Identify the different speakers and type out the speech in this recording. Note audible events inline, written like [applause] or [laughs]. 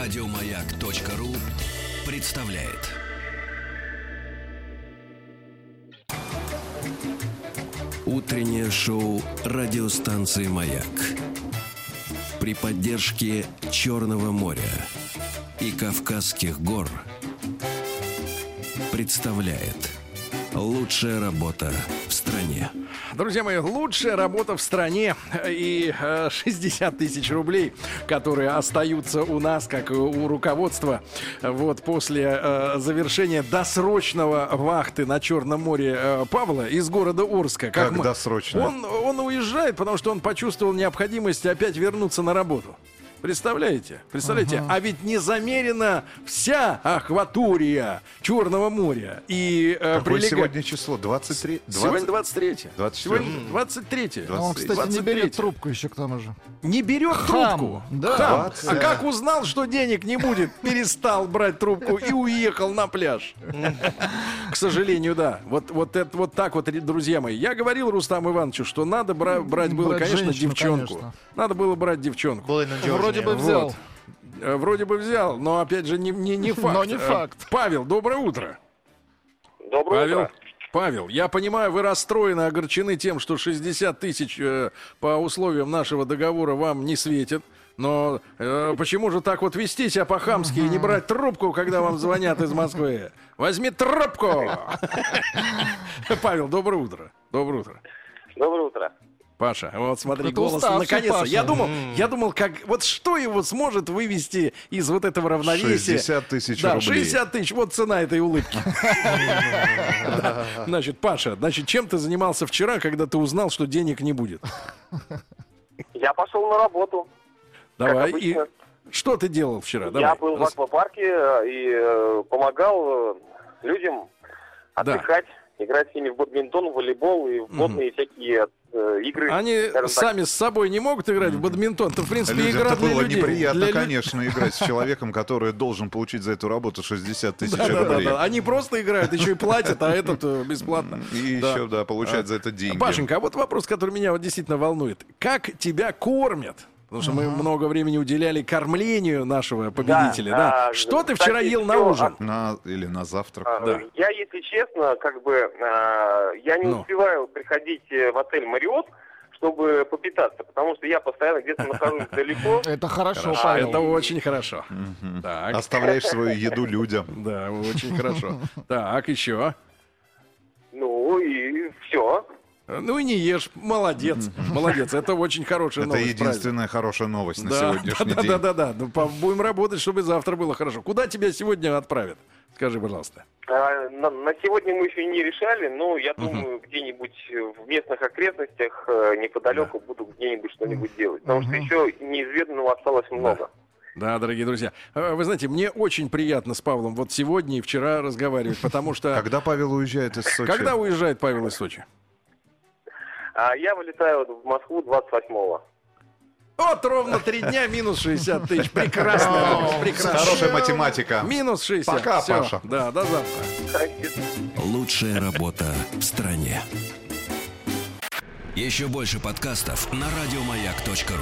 Speaker 1: Радиомаяк.ру представляет. Утреннее шоу радиостанции «Маяк» при поддержке Черного моря и Кавказских гор представляет лучшая работа в стране.
Speaker 2: Друзья мои, лучшая работа в стране и э, 60 тысяч рублей, которые остаются у нас, как у руководства, вот после э, завершения досрочного вахты на Черном море э, Павла из города Орска.
Speaker 3: Как досрочно?
Speaker 2: Он, он уезжает, потому что он почувствовал необходимость опять вернуться на работу. Представляете? Представляете? А ведь не замерена вся акватория Черного моря. И э,
Speaker 3: Какое
Speaker 2: прилега-
Speaker 3: сегодня число? 23? 20?
Speaker 2: Сегодня 23
Speaker 3: 24?
Speaker 2: Сегодня 23
Speaker 3: А
Speaker 4: А он, кстати, не
Speaker 2: 23.
Speaker 4: берет трубку еще к тому же.
Speaker 2: Не берет
Speaker 4: Хам,
Speaker 2: трубку.
Speaker 4: да.
Speaker 2: Хам. А
Speaker 3: 20.
Speaker 2: как узнал, что денег не будет, перестал брать трубку и уехал на пляж. К сожалению, да. Вот, вот, это, вот так вот, ре- друзья мои. Я говорил Рустаму Ивановичу, что надо бра- брать было,
Speaker 4: Брать
Speaker 2: конечно,
Speaker 4: женщину,
Speaker 2: девчонку.
Speaker 4: конечно.
Speaker 2: Надо было брать девчонку.
Speaker 5: Было надежнее.
Speaker 4: Вроде бы взял.
Speaker 2: Вот. Э, Вроде бы взял, но опять же не, не, не факт.
Speaker 4: [laughs] Но не
Speaker 2: Э,
Speaker 4: факт.
Speaker 2: Павел, доброе утро.
Speaker 6: Доброе
Speaker 2: Павел,
Speaker 6: утро.
Speaker 2: Павел, я понимаю, вы расстроены, огорчены тем, что 60 тысяч э, по условиям нашего договора вам не светит. Но э, почему же так вот вести себя по-хамски и не брать трубку, когда вам звонят из Москвы? Возьми
Speaker 4: [laughs]
Speaker 2: трубку! Павел, доброе утро. Доброе утро.
Speaker 6: Доброе утро.
Speaker 2: Паша, вот смотри,
Speaker 4: Это
Speaker 2: голос
Speaker 4: уставший
Speaker 2: наконец-то. Я
Speaker 4: Паша.
Speaker 2: думал, я думал, как вот что его сможет вывести из вот этого равновесия.
Speaker 3: 60 тысяч
Speaker 2: да,
Speaker 3: рублей.
Speaker 2: 60 тысяч, вот цена этой улыбки. Да. Значит, Паша, значит, чем ты занимался вчера, когда ты узнал, что денег не будет?
Speaker 6: Я пошел на работу.
Speaker 2: Давай. И
Speaker 6: обычно.
Speaker 2: что ты делал вчера?
Speaker 6: Я
Speaker 2: Давай.
Speaker 6: был
Speaker 2: Рас-
Speaker 6: в аквапарке э, и э, помогал э, людям
Speaker 2: Да.
Speaker 6: отдыхать, играть с ними в бадминтон, в волейбол и в водные всякие э, игры.
Speaker 2: Они
Speaker 6: скажем так.
Speaker 2: сами с собой не могут играть в бадминтон. То, в принципе,
Speaker 3: Людям
Speaker 2: игра
Speaker 3: это
Speaker 2: для
Speaker 3: было
Speaker 2: людей.
Speaker 3: неприятно,
Speaker 2: Для лю-
Speaker 3: конечно,
Speaker 2: [laughs]
Speaker 3: играть с человеком, который должен получить за эту работу 60 тысяч рублей.
Speaker 2: Да-да-да. Они просто играют, еще и платят, а этот э, бесплатно.
Speaker 3: И
Speaker 2: Да.
Speaker 3: еще, да, получать за это деньги.
Speaker 2: Пашенька, а вот вопрос, который меня вот действительно волнует. Как тебя кормят? Потому что мы много времени уделяли кормлению нашего победителя. Да.
Speaker 6: а,
Speaker 2: Что ты вчера
Speaker 6: кстати,
Speaker 2: ел на
Speaker 6: всё,
Speaker 2: ужин?
Speaker 3: На, или на завтрак.
Speaker 6: А,
Speaker 2: Да.
Speaker 6: Я, если честно, как бы э, я не
Speaker 2: Ну.
Speaker 6: успеваю приходить э, в отель Мариот, чтобы попитаться, потому что я постоянно где-то
Speaker 2: [laughs]
Speaker 6: нахожусь далеко.
Speaker 4: Это хорошо,
Speaker 2: А,
Speaker 4: Павел.
Speaker 2: это очень хорошо. Так,
Speaker 3: Оставляешь свою еду людям.
Speaker 2: да, очень хорошо. Так, еще.
Speaker 6: Ну и все.
Speaker 2: Ну и не ешь, молодец, молодец. Это очень хорошая
Speaker 3: Это
Speaker 2: новость.
Speaker 3: единственная хорошая новость на
Speaker 2: правильно.
Speaker 3: сегодняшний
Speaker 2: да,
Speaker 3: день.
Speaker 2: да, да, да, да. Ну, по- будем работать, чтобы завтра было хорошо. Куда тебя сегодня отправят? Скажи, пожалуйста.
Speaker 6: А, На, на сегодня мы еще не решали, но я думаю, где-нибудь э, в местных окрестностях, э, неподалеку, буду где-нибудь что-нибудь делать. Потому что еще неизведанного осталось много.
Speaker 2: Да, дорогие друзья. Э, Вы знаете, мне очень приятно с Павлом вот сегодня и вчера разговаривать, потому что...
Speaker 3: Когда Павел уезжает из Сочи?
Speaker 2: Когда уезжает Павел из Сочи?
Speaker 6: А я вылетаю вот в Москву 28-го.
Speaker 2: Вот ровно три дня минус 60 тысяч. Прекрасная новость, прекрасная.
Speaker 3: Хорошая математика.
Speaker 2: Минус 60.
Speaker 3: Пока,
Speaker 2: Всё.
Speaker 3: Паша.
Speaker 2: Да, до завтра.
Speaker 1: Лучшая работа в стране. Еще больше подкастов на радиомаяк.ру.